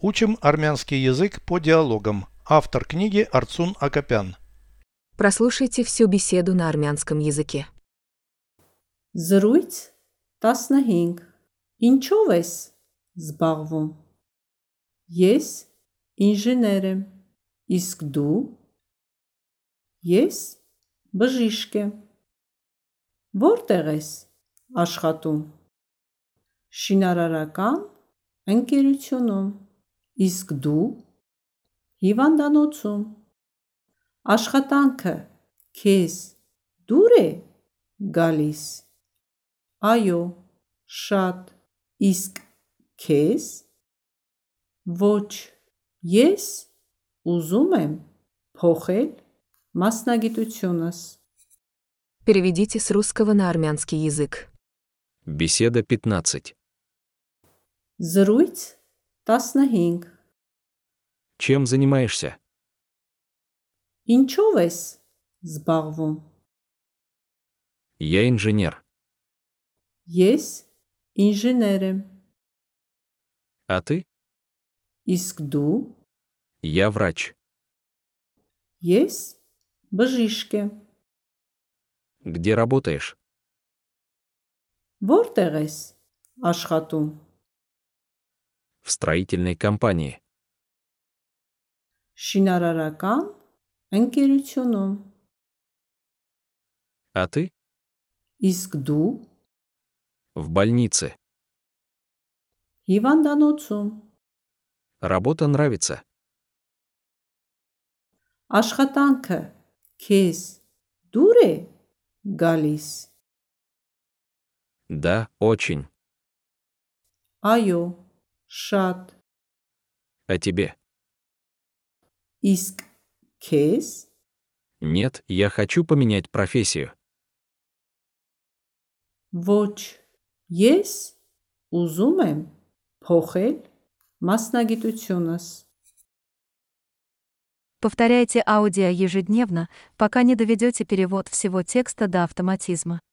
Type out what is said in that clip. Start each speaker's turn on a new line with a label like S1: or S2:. S1: Учим армянский язык по диалогам. Автор книги Арцун Акопян.
S2: Прослушайте всю беседу на армянском языке.
S3: Զրույց 15 Ինչով ես զբաղվում Ես ինժեներ եմ իսկ դու Ես բժիշկ եմ Որտեղ ես աշխատում Շինարարական ընկերությունում իսկ դու հիվանդանոցում Աշխատանքը քեզ դուր է գալիս Այո, շատ։ Իսկ քեզ? Ոչ, ես ուզում եմ փոխել մասնագիտությունս։
S2: Переведите с русского на армянский язык.
S4: Беседа 15.
S3: Զրույց 15։
S4: Чем занимаешься?
S3: Ինչով ես զբաղվում։
S4: Я инженер.
S3: Ես ինժեներ եմ։
S4: А ты?
S3: Իսկ դու?
S4: Я врач.
S3: Ես բժիշկ եմ։
S4: Где работаешь?
S3: Որտեղ ես աշխատում։
S4: В строительной компании.
S3: Շինարարական ընկերությունում։
S4: А ты?
S3: Իսկ դու?
S4: В больнице.
S3: Հիվանդանոցում։
S4: Работа нравится.
S3: Աշխատանքը քեզ դուր է գալիս։
S4: Да, очень.
S3: Այո, շատ։
S4: А тебе?
S3: Իսկ քեզ
S4: Нет, я хочу поменять профессию.
S3: ոչ։ Ես ուզում եմ փոխել մասնագիտությունս։
S5: Повторяйте аудио ежедневно, пока не доведете перевод всего текста до автоматизма.